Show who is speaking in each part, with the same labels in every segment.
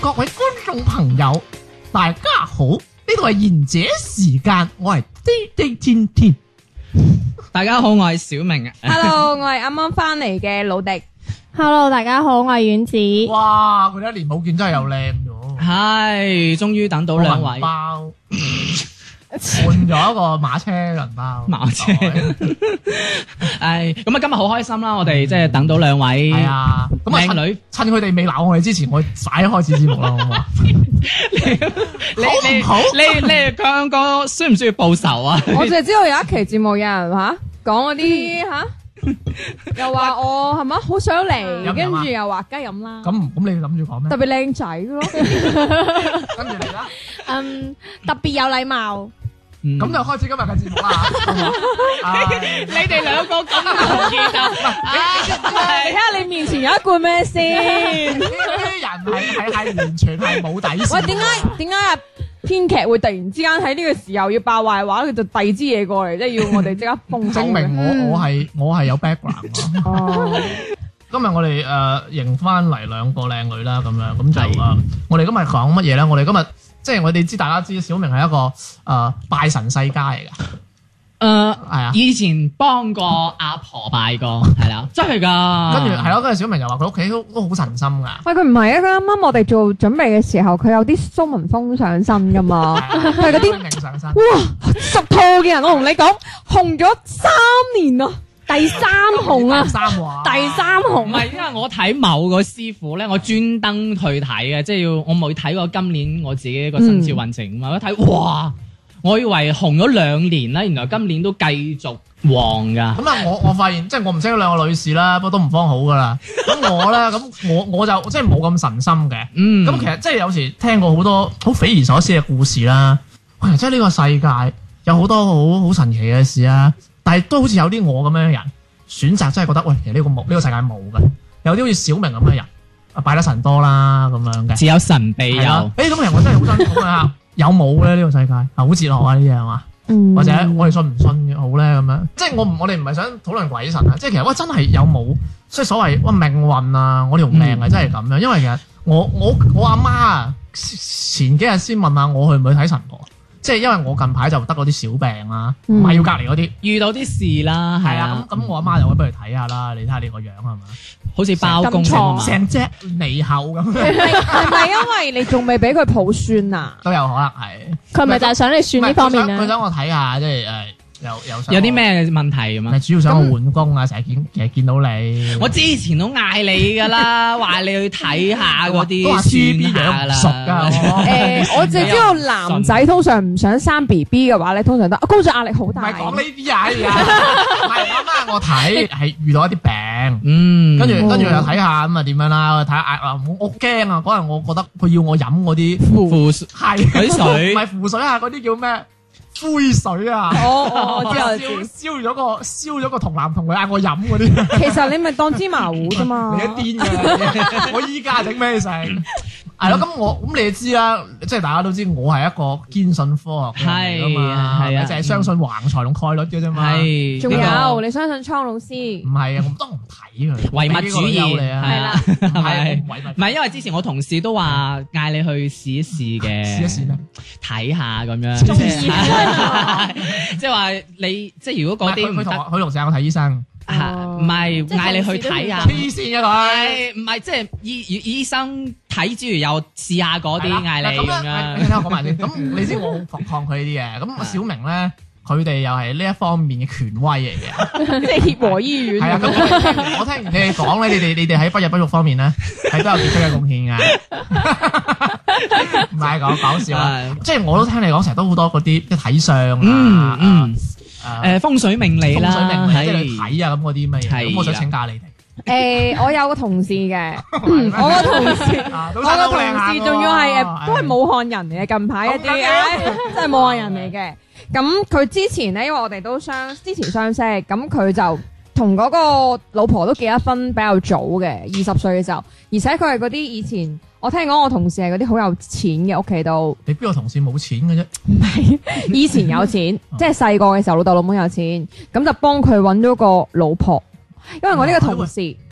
Speaker 1: 各位觀眾朋友，大家好，呢度係賢者時間，我係滴滴天天。
Speaker 2: 大家好，我係小明啊。
Speaker 3: Hello，我係啱啱翻嚟嘅老迪，
Speaker 4: Hello，大家好，我係丸子。
Speaker 1: 哇！佢哋一年冇見真係又靚咗，
Speaker 2: 係，終於等到兩
Speaker 1: 個
Speaker 2: 位
Speaker 1: 銀。包換咗一個馬車銀包，
Speaker 2: 馬 車唉，咁啊，今日好開心啦！我哋即係等到兩位
Speaker 1: 係啊！咁啊，
Speaker 2: 靚
Speaker 1: 趁
Speaker 2: 女，
Speaker 1: 趁佢哋未鬧我哋之前，我快啲開始節目啦，好唔好啊？
Speaker 2: 你
Speaker 1: 好唔
Speaker 2: 你
Speaker 1: 好
Speaker 2: 你你哋強哥需唔需要報仇啊？
Speaker 3: 我淨係知道有一期節目有人吓講嗰 啲吓，又話我係咪好想
Speaker 1: 飲
Speaker 4: 嗯
Speaker 3: 嚟，
Speaker 1: 唔飲
Speaker 3: 跟
Speaker 1: 啊
Speaker 3: 住又話梗係飲啦，
Speaker 1: 咁咁你諗住講
Speaker 3: 特
Speaker 1: 咩？
Speaker 3: 別靚仔嘅 咯，
Speaker 1: 跟住你啦，
Speaker 4: 嗯，特別有禮貌。
Speaker 2: 嗯
Speaker 1: 咁就開始今日嘅節目啦。好唔好唉
Speaker 2: 你哋兩個咁唔見啊！
Speaker 3: 你睇下你面前有一罐咩 先？
Speaker 1: 呢啲人係係係完全係冇底線。
Speaker 3: 喂，點解點解啊？編劇會突然之間喺呢個時候要爆壞話，佢就遞支嘢過嚟，即係要我哋即刻 封口
Speaker 1: 證
Speaker 3: 嘅
Speaker 1: 明我我係我係有 background 㗎
Speaker 3: 哦，
Speaker 1: 今日我哋誒迎翻嚟兩個靚女啦，咁樣咁就誒，我哋今日講乜嘢咧？我哋今日即係我哋知大家知，小明係一個誒、呃拜神世家嚟㗎，
Speaker 2: 誒，
Speaker 1: 係啊。
Speaker 2: 以前幫過阿婆拜過，係 啦，真係噶。
Speaker 1: 跟住係咯，跟住小明又話佢屋企都都好神 心㗎。
Speaker 3: 喂，佢唔係啊！佢啱啱我哋做準備嘅時候，佢有啲蘇文峰上身噶 嘛，係嗰啲
Speaker 1: 啲 靈上身，
Speaker 3: 哇！十套嘅人，我同你講，紅咗三年啊，第三紅啊
Speaker 1: 第，三話，
Speaker 4: 第三
Speaker 2: 唔
Speaker 4: 紅
Speaker 2: 係，因為我睇某個師傅咧，我專登去睇嘅，即係要我冇睇過今年我自己個生肖運程嘛，我一睇
Speaker 1: 嗯
Speaker 2: 哇，我以為紅咗兩年啦，原來今年都繼續旺噶。
Speaker 1: 咁啊，我我發現即係我唔識咗兩個女士啦，不過都唔方好㗎啦。咁我咧，咁我我就即係冇咁神心嘅。
Speaker 2: 嗯，
Speaker 1: 咁、其實即係有時聽過好多好匪夷所思嘅故事啦。喂，即係呢個世界有好多好好神奇嘅事啊！但係都好似有啲我咁樣嘅人選擇，真係覺得喂，其實呢個冇呢、個世界冇嘅。有啲好似小明咁嘅人，啊拜得神多啦咁樣嘅。
Speaker 2: 只有神秘
Speaker 1: 係啦
Speaker 2: 有。
Speaker 1: 誒咁其實我真係好想講下，有冇咧呢個世界啊？好哲學啊呢啲係嘛？
Speaker 4: 嗯
Speaker 1: 或者我哋信唔信嘅好咧咁樣，即係我唔我哋唔係想討論鬼神啊，即係其實喂真係有冇即係所謂喂命運啊，我條命係真係咁樣，因為其實我我我阿媽啊前幾日先問下我去唔去睇神婆，即係因為我近排就得嗰啲小病啦、啊，唔係要隔離嗰啲，
Speaker 2: 遇到啲事啦，係
Speaker 1: 係啊
Speaker 2: 啊，，
Speaker 1: 咁咁我阿媽就話不如睇下啦，你睇下你個樣係嘛，
Speaker 2: 好似包公咁啊嘛
Speaker 1: 成隻獼猴咁樣
Speaker 3: 係咪因為你仲未俾佢抱孫啊？
Speaker 1: 都有可能係，
Speaker 4: 佢咪就係想你算呢方面
Speaker 1: 唔係佢想佢
Speaker 4: 啊？
Speaker 1: 想我睇下即係誒有有想
Speaker 2: 有啲
Speaker 1: 我
Speaker 2: 咩問題咁啊
Speaker 1: 咪？主要想我換工啊，成日見成日見到你。
Speaker 2: 我之前都嗌你噶 啦，話你去睇下嗰
Speaker 1: 都話
Speaker 2: 啲
Speaker 1: CB
Speaker 2: 算下
Speaker 1: 樣唔
Speaker 2: 啦。
Speaker 1: 熟 㗎，我
Speaker 3: 誒，我就知道男仔通常唔想生 B B 嘅話咧，通常都工作壓力好
Speaker 1: 唔
Speaker 3: 大。
Speaker 1: 係講呢啲啊，係啊，唔係啱啱我睇係遇到一啲病，
Speaker 2: 嗯，
Speaker 1: 跟住跟住又睇下咁啊點樣啦，睇下啊我我驚啊，嗰日我覺得佢要我飲嗰啲
Speaker 2: 附屬
Speaker 1: 係
Speaker 2: 嗰啲水
Speaker 1: 唔係符水啊，嗰啲叫咩灰水啊，
Speaker 3: 哦，我知我
Speaker 1: 燒
Speaker 3: 知。
Speaker 1: 燒咗個燒咗個童男童女嗌我飲嗰啲，
Speaker 3: 其實你咪當芝麻糊啫嘛。
Speaker 1: 你一癲㗎，我依家整咩食？係咯，咁我咁你知啦，即係大家都知我係一個堅信科學嘅人嚟㗎嘛，
Speaker 2: 係啊係啊
Speaker 1: 咪就係相信橫財同概率嘅啫嘛。
Speaker 2: 係
Speaker 3: 仲
Speaker 2: 呢個
Speaker 3: 有，你相信蒼老師
Speaker 1: 唔？係啊，我當我唔睇佢
Speaker 2: 唯物主義
Speaker 1: 嚟啊，
Speaker 2: 係啦係
Speaker 1: 唔係我唔
Speaker 2: 唔
Speaker 1: 唯物，
Speaker 2: 係，因為之前我同事都話嗌你去試一試嘅，
Speaker 1: 試一試咩？
Speaker 2: 睇下咁樣，
Speaker 1: 中
Speaker 2: 即係 即係話你即係如果嗰啲
Speaker 1: 佢佢
Speaker 2: 唔
Speaker 1: 同
Speaker 2: 得
Speaker 1: 我佢同成日去睇醫生，
Speaker 2: 嚇唔係
Speaker 4: 即係
Speaker 2: 嗌你去睇下
Speaker 4: 同，
Speaker 1: 黐線嘅佢。
Speaker 2: 係唔係即係醫醫醫生睇之餘又試下嗰啲
Speaker 1: 係啦
Speaker 2: 嗌你
Speaker 1: 嗱
Speaker 2: 咁
Speaker 1: 樣你
Speaker 2: 樣，
Speaker 1: 聽我講埋先。咁你知我好抗拒呢啲嘅。咁小明咧，佢哋又係呢一方面嘅權威嚟
Speaker 3: 即
Speaker 1: 嘅。
Speaker 3: 係協和醫院
Speaker 1: 係啊，咁我聽我聽完你哋講咧，你哋你哋喺不日不育方面咧係都有傑出嘅貢獻㗎。 唔係講講笑啦
Speaker 5: 係，
Speaker 1: 即係我都聽你講成日都好多嗰啲啲睇相
Speaker 5: 嗯
Speaker 1: 啊
Speaker 5: 嗯，，
Speaker 1: 誒
Speaker 5: 誒風水命理
Speaker 1: 風水
Speaker 5: 啦，
Speaker 1: 命理即係你
Speaker 5: 係
Speaker 1: 睇啊咁嗰啲咩嘢，咁我想請教 你哋，
Speaker 3: 诶，我有個同事 嘅，嗯我個同事。
Speaker 1: 啊
Speaker 3: 我
Speaker 1: 都生得
Speaker 3: 個
Speaker 1: 好
Speaker 3: 同
Speaker 1: 靚下
Speaker 3: 事
Speaker 1: 㗎
Speaker 3: 仲要係
Speaker 1: 喎
Speaker 3: 誒，都係武漢人嚟嘅，近排一啲
Speaker 1: 咁嘅
Speaker 3: 唉真係武漢人嚟嘅。咁佢之前咧，因為我哋都相之前相識，咁佢就同嗰個老婆都結咗婚比較早嘅，二十歲嘅時候，而且佢係嗰啲以前我聽講我同事係嗰啲好有錢嘅屋企 都，
Speaker 1: 你邊個同事冇錢嘅啫？
Speaker 3: 以前有錢，
Speaker 1: 哦
Speaker 3: 即係細個嘅時候老豆老母有錢，咁就幫佢揾咗個老婆，因為我呢個同
Speaker 1: 哦
Speaker 3: 事
Speaker 1: 啊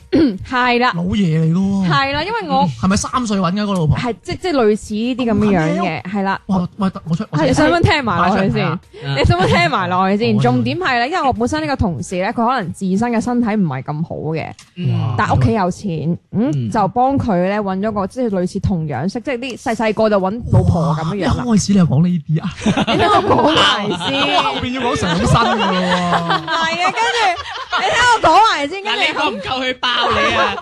Speaker 3: 係啦
Speaker 1: 老爺嚟嘅喎，
Speaker 3: 係啦，因為我
Speaker 1: 係咪三歲揾嘅嗰個老婆？
Speaker 3: 係即即類似呢啲咁樣樣嘅，係啦。
Speaker 1: 哇！喂，我出我
Speaker 3: 係你想唔想聽埋落去
Speaker 1: 擺出嚟睇
Speaker 3: 先
Speaker 1: 下？
Speaker 3: 你想唔想聽埋落去先？
Speaker 1: 我
Speaker 3: 重點係咧，因為我本身呢個同事咧，佢可能自身嘅身體唔係咁好嘅，
Speaker 5: 嗯
Speaker 3: 但係屋企有錢，
Speaker 5: 嗯
Speaker 3: 嗯，就幫佢咧揾咗個即係類似同樣式，即係啲細細個就揾老婆咁樣樣
Speaker 1: 哇
Speaker 3: 啦
Speaker 1: 一。開始你又講 呢啲啊，
Speaker 3: 你聽我講埋先，
Speaker 1: 後邊要講成好新嘅 喎。
Speaker 3: 係啊，跟住你聽我講埋先，
Speaker 5: 嗱，你
Speaker 3: 跟
Speaker 5: 個
Speaker 3: 住
Speaker 5: 唔夠佢爆你
Speaker 2: à,
Speaker 5: 啊！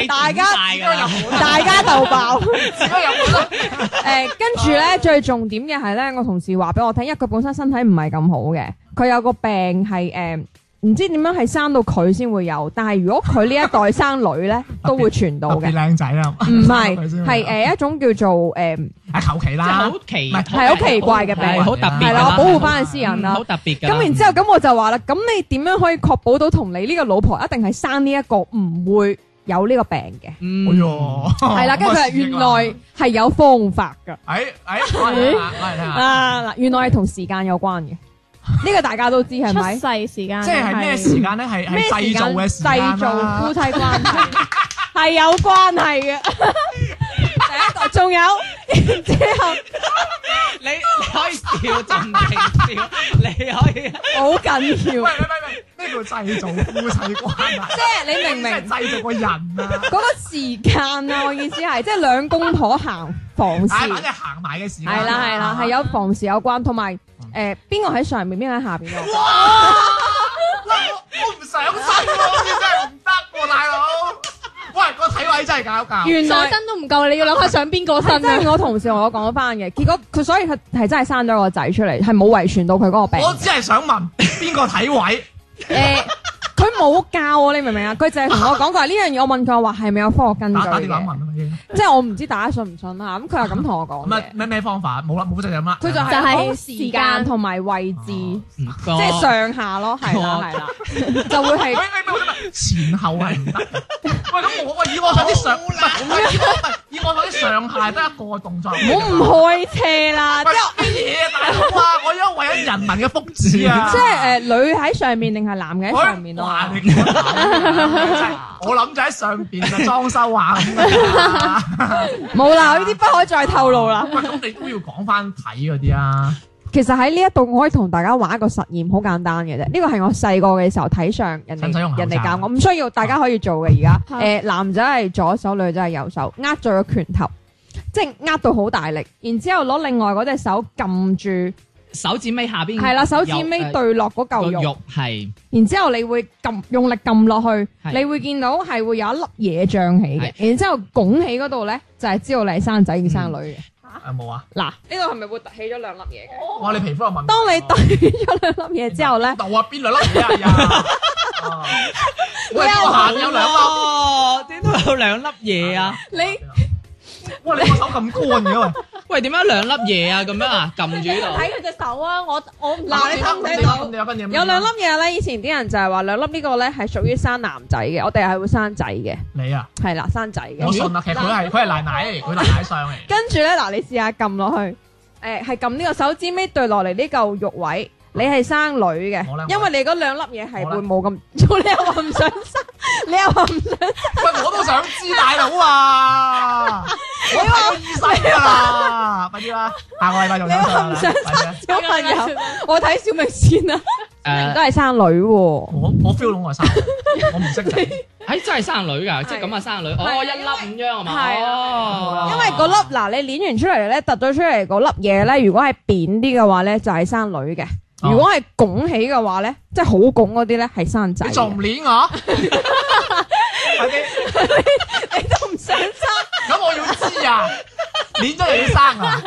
Speaker 5: 你
Speaker 3: 大家
Speaker 5: 點晒㗎啦
Speaker 3: 大家鬥爆。 誒，跟住咧最重點嘅係咧，我同事話俾我聽，因為佢本身身體唔係咁好嘅，佢有個病係誒，唔知點樣係生到佢先會有，但係如果佢呢一代生女 咧，都會傳到
Speaker 1: 特
Speaker 3: 嘅。
Speaker 1: 別靚仔啦，
Speaker 3: 唔係，
Speaker 1: 佢先
Speaker 3: 係誒一種叫做 誒，
Speaker 1: 啊求其
Speaker 5: 即係
Speaker 1: 啦
Speaker 5: 好，奇，
Speaker 1: 唔係
Speaker 3: 係好奇怪嘅病
Speaker 5: 係好特別
Speaker 3: 係啦，
Speaker 5: 㗎啦
Speaker 3: 我保護翻私
Speaker 2: Ừ,
Speaker 3: 人
Speaker 5: 嗯
Speaker 3: 啦
Speaker 5: 好。特別㗎啦。
Speaker 3: 咁然之後，咁我就話啦，咁你點樣可以確保到同你呢個老婆一定係生呢一個唔會有呢個病嘅？
Speaker 2: Ừ.
Speaker 5: 嗯
Speaker 1: 哎呦，啊
Speaker 3: 係啦，跟住佢話原來係有方法㗎。
Speaker 1: 哎哎，我嚟聽下，我嚟聽下，
Speaker 3: 啊嗱，原來係同時間有關嘅， 呢個大家都知係咪？
Speaker 4: 出世時間啊
Speaker 1: 即係咩時間咧？係係
Speaker 3: 時
Speaker 1: 製造
Speaker 3: 間
Speaker 1: 嘅時間啊
Speaker 3: 製造
Speaker 1: 啦
Speaker 3: 夫。妻關係 係有關係嘅。第一個仲有之後
Speaker 5: 你你可以笑盡情笑，你可以
Speaker 3: 好緊
Speaker 1: 喂
Speaker 3: 要，
Speaker 1: 喂喂喂，呢叫製造夫妻關係
Speaker 3: 即，係你明唔
Speaker 1: 即係
Speaker 3: 明？
Speaker 1: 製造個人啊！
Speaker 3: 嗰個時間啊，我意思係即係兩公婆行房事，
Speaker 1: 唉，反
Speaker 3: 係
Speaker 1: 正行埋嘅時間。啊嗯
Speaker 3: 啦係啦，係有房事有關，同埋誒邊個喺上面，邊個喺下邊啊 咯。
Speaker 1: 我唔想生喎，真係唔得喎，大佬。喂，個體位真係搞搞。
Speaker 3: 原
Speaker 4: 上
Speaker 3: 來。
Speaker 4: 身都唔夠，你要諗下上邊個身
Speaker 3: 真
Speaker 4: 啊！
Speaker 3: 係我同事同我講翻嘅，結果佢所以佢係真係生咗個仔出嚟，係冇遺傳到佢嗰個病。
Speaker 1: 我只係想問邊個體位？
Speaker 3: 誒，佢冇教我，你明唔明啊？佢就係同我講過呢樣嘢，我問佢我話係咪有科學根據
Speaker 1: 打打電話問
Speaker 3: 嘅，
Speaker 1: 啊嘛已經。
Speaker 3: 即係我唔知大家信唔信啦。咁佢又咁同我講
Speaker 1: 咁啊
Speaker 3: 嘅，
Speaker 1: 咩咩方法？冇啦，冇就咁啦。
Speaker 3: 佢就
Speaker 4: 就係
Speaker 3: 係時間同埋位置，即
Speaker 5: 唔
Speaker 1: 哦
Speaker 5: 該
Speaker 3: 係上下咯，係啦係啦，就會
Speaker 1: 喂
Speaker 3: 係
Speaker 1: 喂喂喂，前後係唔得嘅。喂，咁我喂以我所知上，唔係我以我唔係以我所知上下係得一個動作。
Speaker 3: 唔好唔開車 啦，即係
Speaker 1: 喂乜嘢啊，大佬啊！我而家為咗人民嘅福祉啊！
Speaker 3: 即係誒呃女喺上面定係男嘅喺上面啊咯。
Speaker 1: 哇！你講真係我諗就喺上邊就裝修下咁啦。
Speaker 3: 冇啦，呢啲不可再透露啦。
Speaker 1: 喂，咁你都要講翻睇嗰啲啊。
Speaker 3: 其實喺呢一度，我可以同大家玩一個實驗，好簡單嘅啫。呢個係我細個嘅時候睇上人
Speaker 1: 使唔
Speaker 3: 哋
Speaker 1: 使用口罩啊
Speaker 3: 人哋教我，唔需要，大家可以做嘅而家。
Speaker 4: 嚇
Speaker 3: 诶、男仔係左手，女仔係右手，握住個拳頭，即係握到好大力，然之后攞另外嗰隻手撳
Speaker 5: 手指尾下邊
Speaker 3: 住，係啦，手指
Speaker 2: à,
Speaker 3: 尾
Speaker 5: 有
Speaker 3: 對落嗰
Speaker 5: 誒
Speaker 3: 嚿
Speaker 5: 個
Speaker 3: 肉，
Speaker 5: 肉係
Speaker 3: 然之后你會撳用力撳落去，
Speaker 5: 係
Speaker 3: 你會見到係會有一粒嘢脹起嘅，然之后拱起嗰度咧就係知道你係生仔定生女
Speaker 5: 嗯
Speaker 3: 嘅。
Speaker 1: 有冇啊？
Speaker 3: 嗱、呢度係咪會凸起咗兩粒嘢嘅？
Speaker 1: 哇！你皮膚有問題。
Speaker 3: 當你凸起咗兩粒嘢之後咧。
Speaker 1: 度啊，邊兩粒嘢啊？呀啊喂，
Speaker 3: 有
Speaker 1: 我行有兩粒。
Speaker 5: 粒，點都有兩粒嘢啊！
Speaker 2: à.
Speaker 3: 你
Speaker 1: 哇！你個手咁乾嘅喂。
Speaker 5: 喂，點解兩粒嘢
Speaker 2: à,
Speaker 5: 啊？咁樣啊，撳住呢度。
Speaker 4: 睇佢隻手啊！我我唔
Speaker 3: 嗱你睇唔睇到
Speaker 1: 你有分嘢咩？
Speaker 3: 有兩粒嘢咧，以前啲人就係話兩粒呢個咧係屬於生男仔嘅，我哋係會生仔嘅，
Speaker 1: 你啊，
Speaker 3: 係啦，生仔嘅
Speaker 1: 我。信啦。其實佢係佢係奶奶嚟，佢奶奶上 嚟。
Speaker 3: 跟住咧，嗱你試下撳落去，誒係撳呢個手指尾對落嚟呢嚿肉位，你係生女
Speaker 1: 我呢
Speaker 3: 嘅，因為你嗰兩粒嘢係
Speaker 1: 我呢
Speaker 3: 會冇咁，你又話唔想生，你又話唔想，
Speaker 1: 喂，我都想知大佬啊！我睇過醫生㗎啦，快啲啦！下個禮拜仲有上
Speaker 3: 你
Speaker 1: 啦
Speaker 3: 話唔想
Speaker 1: 快啲啦
Speaker 3: 小朋友，我睇小明先啦，
Speaker 2: À,
Speaker 3: 都
Speaker 5: 誒，
Speaker 3: 係生女喎，
Speaker 1: 我我 feel 到我係生女，我唔識整。
Speaker 5: 誒真係生女㗎，即係咁啊生女。哦，一粒咁樣係嘛？
Speaker 3: 係啊
Speaker 5: 哦，
Speaker 3: 因為嗰粒嗱你捏完出嚟咧，突咗出嚟嗰粒嘢咧，如果係扁啲嘅話咧，就係生女嘅。
Speaker 1: 哦
Speaker 3: 如果係 拱起嘅話咧，即係好拱嗰啲咧係生仔嘅。
Speaker 1: 你仲唔鏈我？快啲！
Speaker 3: 你都唔想生，
Speaker 1: 咁我要知啊，捻咗又要生啊！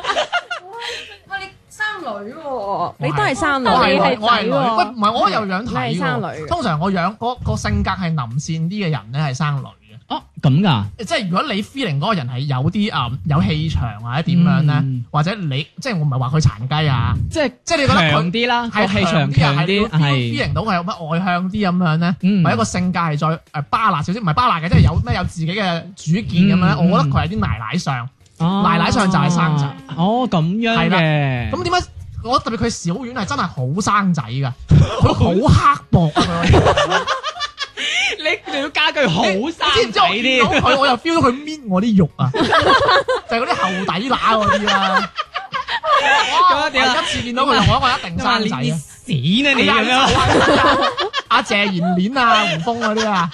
Speaker 3: 喂你生女喎，
Speaker 1: 係
Speaker 3: 你都係生
Speaker 1: 我係
Speaker 3: 女
Speaker 4: 你係
Speaker 1: 女，我係女，
Speaker 4: 仔喎
Speaker 1: 喂唔係我有樣
Speaker 3: 你
Speaker 1: 睇
Speaker 3: 係生女
Speaker 1: 喎。
Speaker 3: 嘅
Speaker 1: 通常我樣嗰個性格係腍善啲嘅人咧，係生女嘅。
Speaker 5: 哦，咁噶，
Speaker 1: 即係如果你 feeling 嗰個人係有啲啊、嗯有氣場或者點樣咧，
Speaker 5: 嗯
Speaker 1: 或者你即係我唔係話佢殘雞啊，
Speaker 5: 即係
Speaker 1: 即係你覺得
Speaker 5: 強
Speaker 1: 佢
Speaker 5: 啲啦，個氣
Speaker 1: 強
Speaker 5: 場強
Speaker 1: 係
Speaker 5: 啲，係
Speaker 1: feeling 到佢有乜外向啲咁樣咧，
Speaker 5: 嗯
Speaker 1: 或者個性格係再誒呃巴辣少少，唔係巴辣嘅，即係有咩有自己嘅主見咁樣咧。
Speaker 5: 嗯
Speaker 1: 我覺得佢係啲奶奶相。奶
Speaker 5: 奶
Speaker 1: 奶上就係生仔
Speaker 5: 哦咁樣
Speaker 1: 係
Speaker 5: 嘅，
Speaker 1: 咁點解？我特別佢小丸係真係好生仔 㗎，佢好刻薄啊佢個人
Speaker 5: 你你要加句好
Speaker 1: 你
Speaker 5: 生
Speaker 1: 你知唔
Speaker 5: 仔
Speaker 1: 知我見
Speaker 5: 啲，
Speaker 1: 到佢我又 feel 到佢搣我啲肉啊，就係嗰啲後底乸嗰啲啦。
Speaker 5: 咁
Speaker 1: 哇！
Speaker 5: 啊點啊
Speaker 1: 我一次見到佢，我我一定
Speaker 5: 哇
Speaker 1: 生
Speaker 5: 你
Speaker 1: 仔
Speaker 5: 啲
Speaker 1: 啊！
Speaker 5: 屎呢你
Speaker 1: 哎
Speaker 5: 咁
Speaker 1: 呀
Speaker 5: 樣，
Speaker 1: 阿謝賢鏈啊、胡峰嗰啲啊，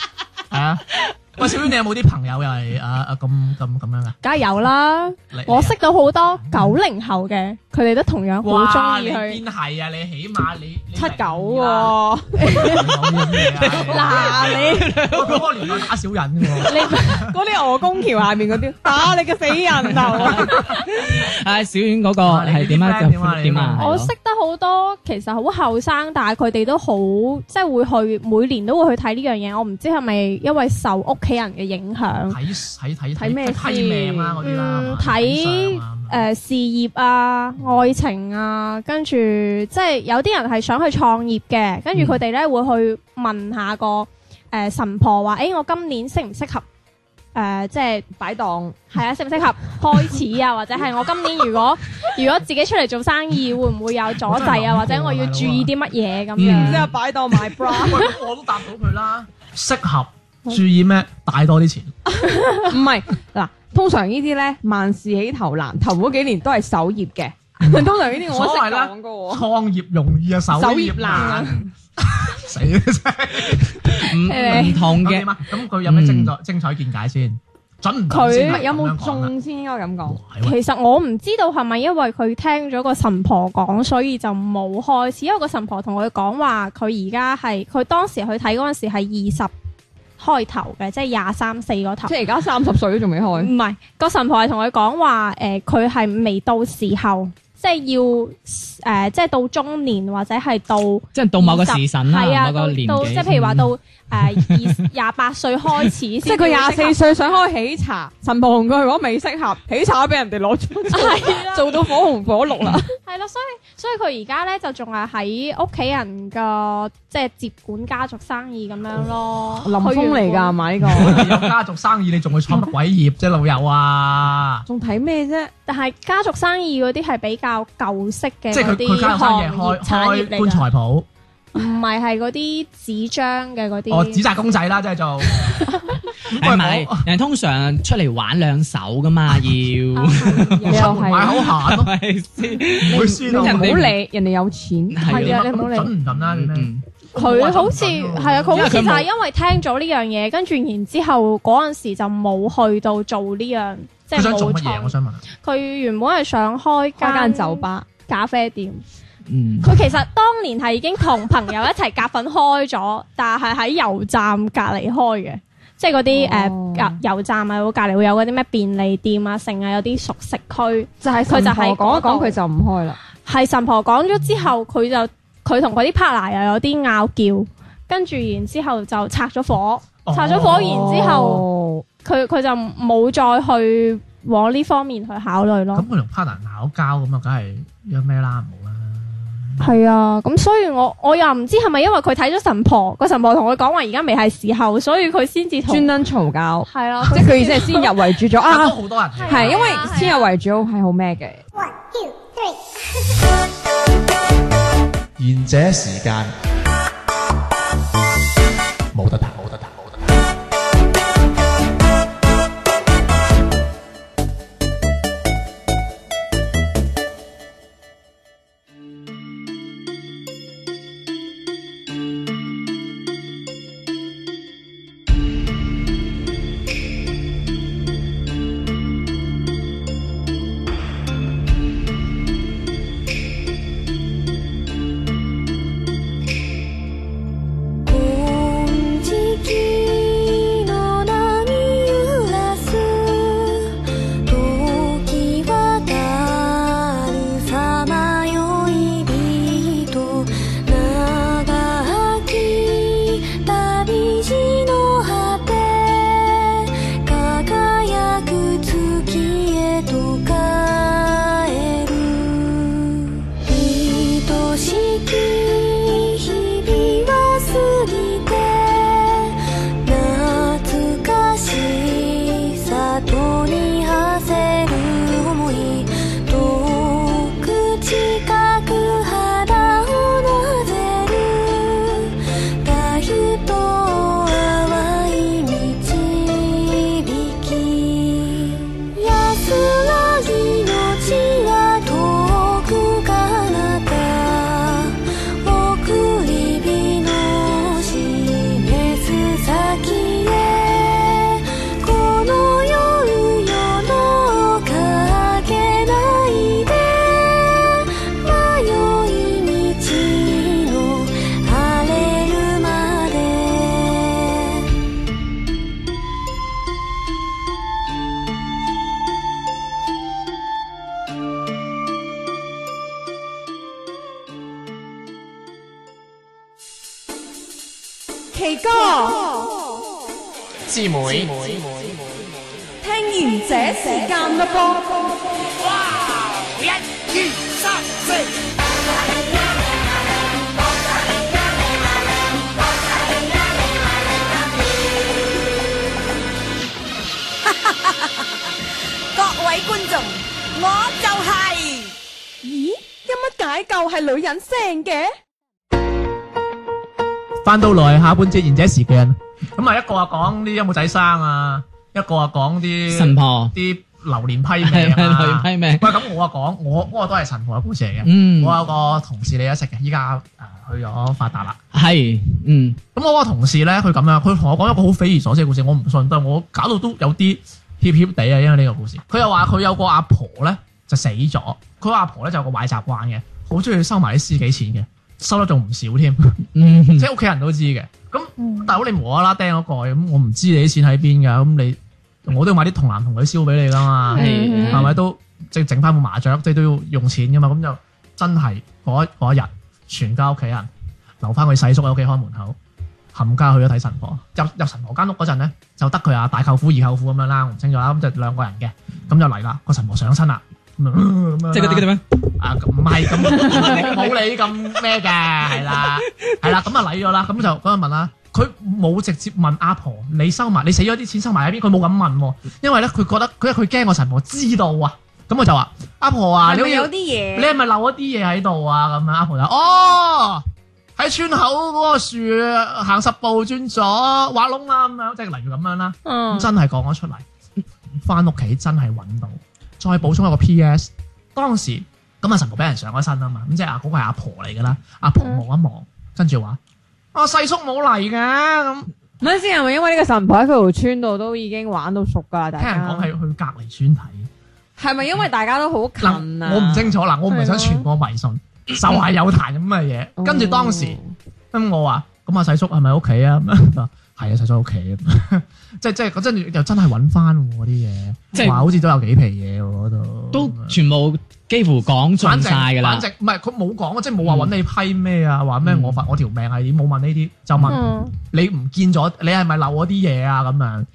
Speaker 1: 係啊。喂，小丸，你有冇啲朋友又係啊啊咁咁咁樣啊？
Speaker 4: 梗係有啦。
Speaker 1: 你
Speaker 4: 我識到好多九零後嘅，佢哋都同樣好
Speaker 1: 哇！
Speaker 4: 中
Speaker 1: 你
Speaker 4: 意去
Speaker 1: 邊係啊？你起碼你你
Speaker 3: 七九
Speaker 1: 明啦
Speaker 3: 喎。
Speaker 1: 你講啲咩啊
Speaker 3: 嗱你
Speaker 1: 我嗰個年代打小人嘅喎。
Speaker 3: 你嗰啲鵝公橋下面嗰啲，打你個死人頭啊！
Speaker 5: 啊小丸嗰個
Speaker 1: 哇你
Speaker 5: 係點啊？
Speaker 1: 啲 friend 點啊
Speaker 5: 就點啊
Speaker 1: 你？
Speaker 4: 我識得好多其實好後生，但係佢哋都好即係會去每年都會去睇呢樣嘢。我唔知係咪因為受屋企人嘅影響，
Speaker 1: 睇睇睇
Speaker 3: 睇咩先
Speaker 1: 批命啦嗰啲啦，係嘛
Speaker 4: 嗯睇
Speaker 1: 相啊
Speaker 4: 誒、事業啊、愛情啊，跟住即係有啲人係想去創業嘅，跟住佢哋咧會去問下個誒、神婆話：，誒、我今年適唔適合誒、即係
Speaker 3: 擺檔
Speaker 4: 係啊，適唔適合開始啊？或者係我今年如果如果自己出嚟做生意，會唔會有阻滯啊？或者我要注意啲乜嘢咁
Speaker 5: 嗯
Speaker 3: 之
Speaker 4: 樣？
Speaker 3: 後擺檔賣 bra，
Speaker 1: 喂咁我都答到佢啦。適合注意咩？帶多啲錢。
Speaker 3: 唔係嗱，通常呢啲咧萬事起頭難，頭嗰幾年都係守業嘅。 通常呢啲我都
Speaker 1: 所
Speaker 3: 識
Speaker 1: 謂啦，
Speaker 3: 講噶
Speaker 4: 哦
Speaker 3: 喎，
Speaker 1: 創業容易啊，守
Speaker 3: 守
Speaker 1: 業
Speaker 3: 業難。
Speaker 1: 死啦真係
Speaker 5: 唔唔同
Speaker 1: 咁
Speaker 5: 嘅
Speaker 1: 點。啊？咁佢有咩精彩精彩見解先？準唔準
Speaker 4: 嗯佢
Speaker 1: 先？
Speaker 3: 有冇？中先應該咁講？
Speaker 1: 喂喂
Speaker 4: 其實我唔知道係咪因為佢聽咗個神婆講，所以就冇開始。因為個神婆同佢講話，佢而家係佢當時去睇嗰陣時係二十開頭嘅，即係廿三四嗰頭
Speaker 3: 即。係而家三十歲都仲未開，
Speaker 4: 唔係個神婆係同佢講話，誒、佢係未到時候，即係要誒、即係到中年或者係到。
Speaker 5: 即係到某個時辰
Speaker 4: 係
Speaker 5: 啦，
Speaker 4: 啊，
Speaker 5: 某個
Speaker 4: 到
Speaker 5: 年
Speaker 4: 到
Speaker 5: 紀，
Speaker 4: 即係譬如話 到誒二廿八歲開始先，
Speaker 3: 即係佢廿四歲想開喜茶，神婆同佢講未適合，喜茶都俾人哋攞咗，
Speaker 4: 係啦，
Speaker 3: 做到火紅火綠啦。
Speaker 4: 係啦，所以所以佢而家咧就仲係喺屋企人個即係接管家族生意咁樣咯。
Speaker 3: 哦林峰嚟㗎係
Speaker 4: 㗎，
Speaker 3: 咪呢個？
Speaker 1: 你有家族生意，你仲會創乜鬼業啫，老友啊！
Speaker 3: 仲睇咩啫？
Speaker 4: 但係家族生意嗰啲係比較舊式嘅
Speaker 1: 即係
Speaker 4: 嗰
Speaker 1: 佢佢
Speaker 4: 啲
Speaker 1: 家族生意
Speaker 4: 行業
Speaker 1: 開
Speaker 4: 產業
Speaker 1: 開
Speaker 4: 嚟
Speaker 1: 棺材
Speaker 4: 㗎，
Speaker 1: 鋪，
Speaker 4: 唔係係嗰啲紙張嘅嗰啲。
Speaker 1: 哦，紙紮公仔啦，即係做。喂
Speaker 5: 誒唔
Speaker 1: 我
Speaker 5: 係，人通常出嚟玩兩手噶嘛，要
Speaker 4: 啊係
Speaker 3: 你
Speaker 4: 啊
Speaker 3: 又
Speaker 1: 出門買口
Speaker 3: 係，
Speaker 1: 閒 咯，
Speaker 5: 係咪先？
Speaker 1: 唔會輸
Speaker 3: 你唔
Speaker 1: 到
Speaker 3: 好
Speaker 5: 人哋
Speaker 3: 理
Speaker 1: 啊
Speaker 3: 人哋有錢。
Speaker 4: 係
Speaker 5: 係
Speaker 4: 啊
Speaker 5: 啊，
Speaker 4: 你唔好理
Speaker 1: 準唔準啦？你咩？
Speaker 5: 嗯
Speaker 4: 佢好似係啊，佢好似就係因為聽咗呢樣嘢，跟住然之後嗰陣時就冇去到做呢樣，即
Speaker 1: 佢
Speaker 4: 係
Speaker 1: 想做
Speaker 4: 冇
Speaker 1: 乜嘢？我
Speaker 4: 創。
Speaker 1: 想問。啊
Speaker 4: 佢原本係想開
Speaker 3: 開間酒吧，
Speaker 4: 咖啡店，
Speaker 5: 嗯，
Speaker 4: 佢其實當年係已經同朋友一齊夾份開咗，但係喺油站隔離開嘅。即係嗰
Speaker 3: 哦
Speaker 4: 啲誒油油站啊，會隔離會有嗰啲咩便利店啊，成啊有啲熟食區。
Speaker 3: 就係
Speaker 4: 佢就
Speaker 3: 神
Speaker 4: 係
Speaker 3: 婆講一
Speaker 4: 嗰
Speaker 3: 講，
Speaker 4: 度
Speaker 3: 佢就唔開啦。
Speaker 4: 係神婆講咗之後，佢就佢同佢啲 partner 又有啲拗撬，跟住然之後就拆咗火。拆咗火然之後
Speaker 3: 後
Speaker 4: 佢佢就冇再去往呢方面去考慮
Speaker 1: 咁
Speaker 4: 咯。
Speaker 1: 佢同 partner 鬧交咁啊，梗係有咩啦，冇啦。
Speaker 4: 係啊，咁所以我我又唔知係咪因為佢睇咗神婆，個神婆同佢講話而家未係時候，所以佢先至同
Speaker 3: 專登嘈交，
Speaker 4: 係啊啦，
Speaker 3: 即係佢意思係先入為主 咗
Speaker 1: 啊，
Speaker 3: 啊
Speaker 1: 都，好多人嘅
Speaker 3: 係因為
Speaker 4: 係啊係啊
Speaker 3: 先入為主係好咩嘅。
Speaker 6: One, two, three.
Speaker 7: 賢者時間冇得彈，冇得彈，冇得彈。
Speaker 6: One, しき日々を過ぎて懐かしさとに馳せる思い遠く近く肌をなでる太陽と淡い導き安らぎの地が遠く彼方送り火の示す先へこの夜夜のかけないで迷い道の晴れるまで
Speaker 3: 奇哥，
Speaker 1: 姊妹，
Speaker 3: 聽完這時間嘞噃。
Speaker 8: 各位觀眾，我就係、
Speaker 3: 咦，有乜解救係女人聲嘅？
Speaker 1: 翻到來下半節賢者時間，咁啊一個啊講啲有冇仔生啊，一個啊講啲
Speaker 5: 神婆
Speaker 1: 啲榴莲批 命
Speaker 5: 係
Speaker 1: 啊，
Speaker 5: 係榴蓮批命
Speaker 1: 喂，咁我啊講，我我都係神婆嘅故事嚟嘅。
Speaker 5: 嗯
Speaker 1: 我有個同事你一識嘅，依家誒去咗發達啦。
Speaker 5: 係，嗯，
Speaker 1: 咁我個同事咧，佢咁樣，佢同我講一個好匪夷所思嘅故事，我唔信，但係我搞到都有啲怯怯地啊，因為呢個故事。佢又話佢有個阿婆咧就死咗，佢阿婆咧就有個壞習慣嘅，好中意收埋啲私己錢嘅，收得仲唔少添，
Speaker 5: 嗯，
Speaker 1: 即係屋企人都知嘅。咁大佬你無啦啦掟嗰個，咁我唔知你啲錢喺邊㗎，咁你我都要買啲童男童女燒俾你㗎嘛。
Speaker 3: 嗯
Speaker 5: 係
Speaker 1: 係咪都即係整翻副麻雀，即係都要用錢噶嘛？咁就真係嗰嗰一日，全家屋企人留翻佢細叔喺屋企開門口，冚家去咗睇神婆。入入神婆間屋嗰陣咧，就得佢啊大舅父、二舅父咁樣啦，我唔清楚啦。咁就兩個人嘅，咁就嚟啦。個神婆上身啦，咁啊咁樣啦
Speaker 5: 即係嗰啲嗰啲咩？
Speaker 1: 啊，咁唔係咁冇你咁咩嘅，係啦，係啦，咁啊禮咗啦，咁就咁就問啦，佢冇直接問阿婆你收埋，你死咗啲錢收埋喺邊？佢冇咁問喎，因為咧佢覺得佢佢驚個神婆知道啊，咁我就話阿婆啊，你
Speaker 8: 係咪
Speaker 1: 好
Speaker 8: 有
Speaker 1: 似
Speaker 8: 啲
Speaker 1: 你
Speaker 8: 嘢？
Speaker 1: 係咪漏咗啲嘢喺度啊？咁樣阿婆就哦。喺村口嗰個樹行十步轉左挖窿啦，咁樣即係例如咁樣啦，
Speaker 8: 哦
Speaker 1: 咁真係講咗出嚟，翻屋企真係揾到。再補充一個 P.S. 當時咁啊神婆俾人上咗身啊嘛，咁即係啊嗰個係阿婆嚟㗎啦，阿婆望一望，跟住話：啊細叔冇嚟嘅咁。
Speaker 3: 唔係先，係咪因為呢個神婆喺佢條村度都已經玩到熟㗎啦？大
Speaker 1: 聽人講係
Speaker 3: 家
Speaker 1: 去隔離村睇。
Speaker 3: 係咪因為大家都好近啊？
Speaker 1: 嗱，我唔清楚啦，我唔係想傳播迷信，就係有彈咁嘅
Speaker 3: 哦
Speaker 1: 嘢。跟住當時。咁我話：咁阿細叔係咪喺屋企啊？咁啊係啊，細叔喺屋企啊。 即係即係嗰陣又真係揾翻喎嗰啲
Speaker 5: 即
Speaker 1: 嘢，
Speaker 5: 係
Speaker 1: 話好似都有幾皮嘢喎嗰度。
Speaker 5: 都
Speaker 1: 咁啊
Speaker 5: 全部幾乎講
Speaker 1: 反正
Speaker 5: 盡晒㗎啦嗯
Speaker 1: 反，正唔係佢冇講啊，即係冇話揾你批咩啊，話咩我發我條命係點，冇問呢啲，就問
Speaker 4: 嗯，
Speaker 1: 你唔見咗，你係咪漏咗啲嘢啊咁樣。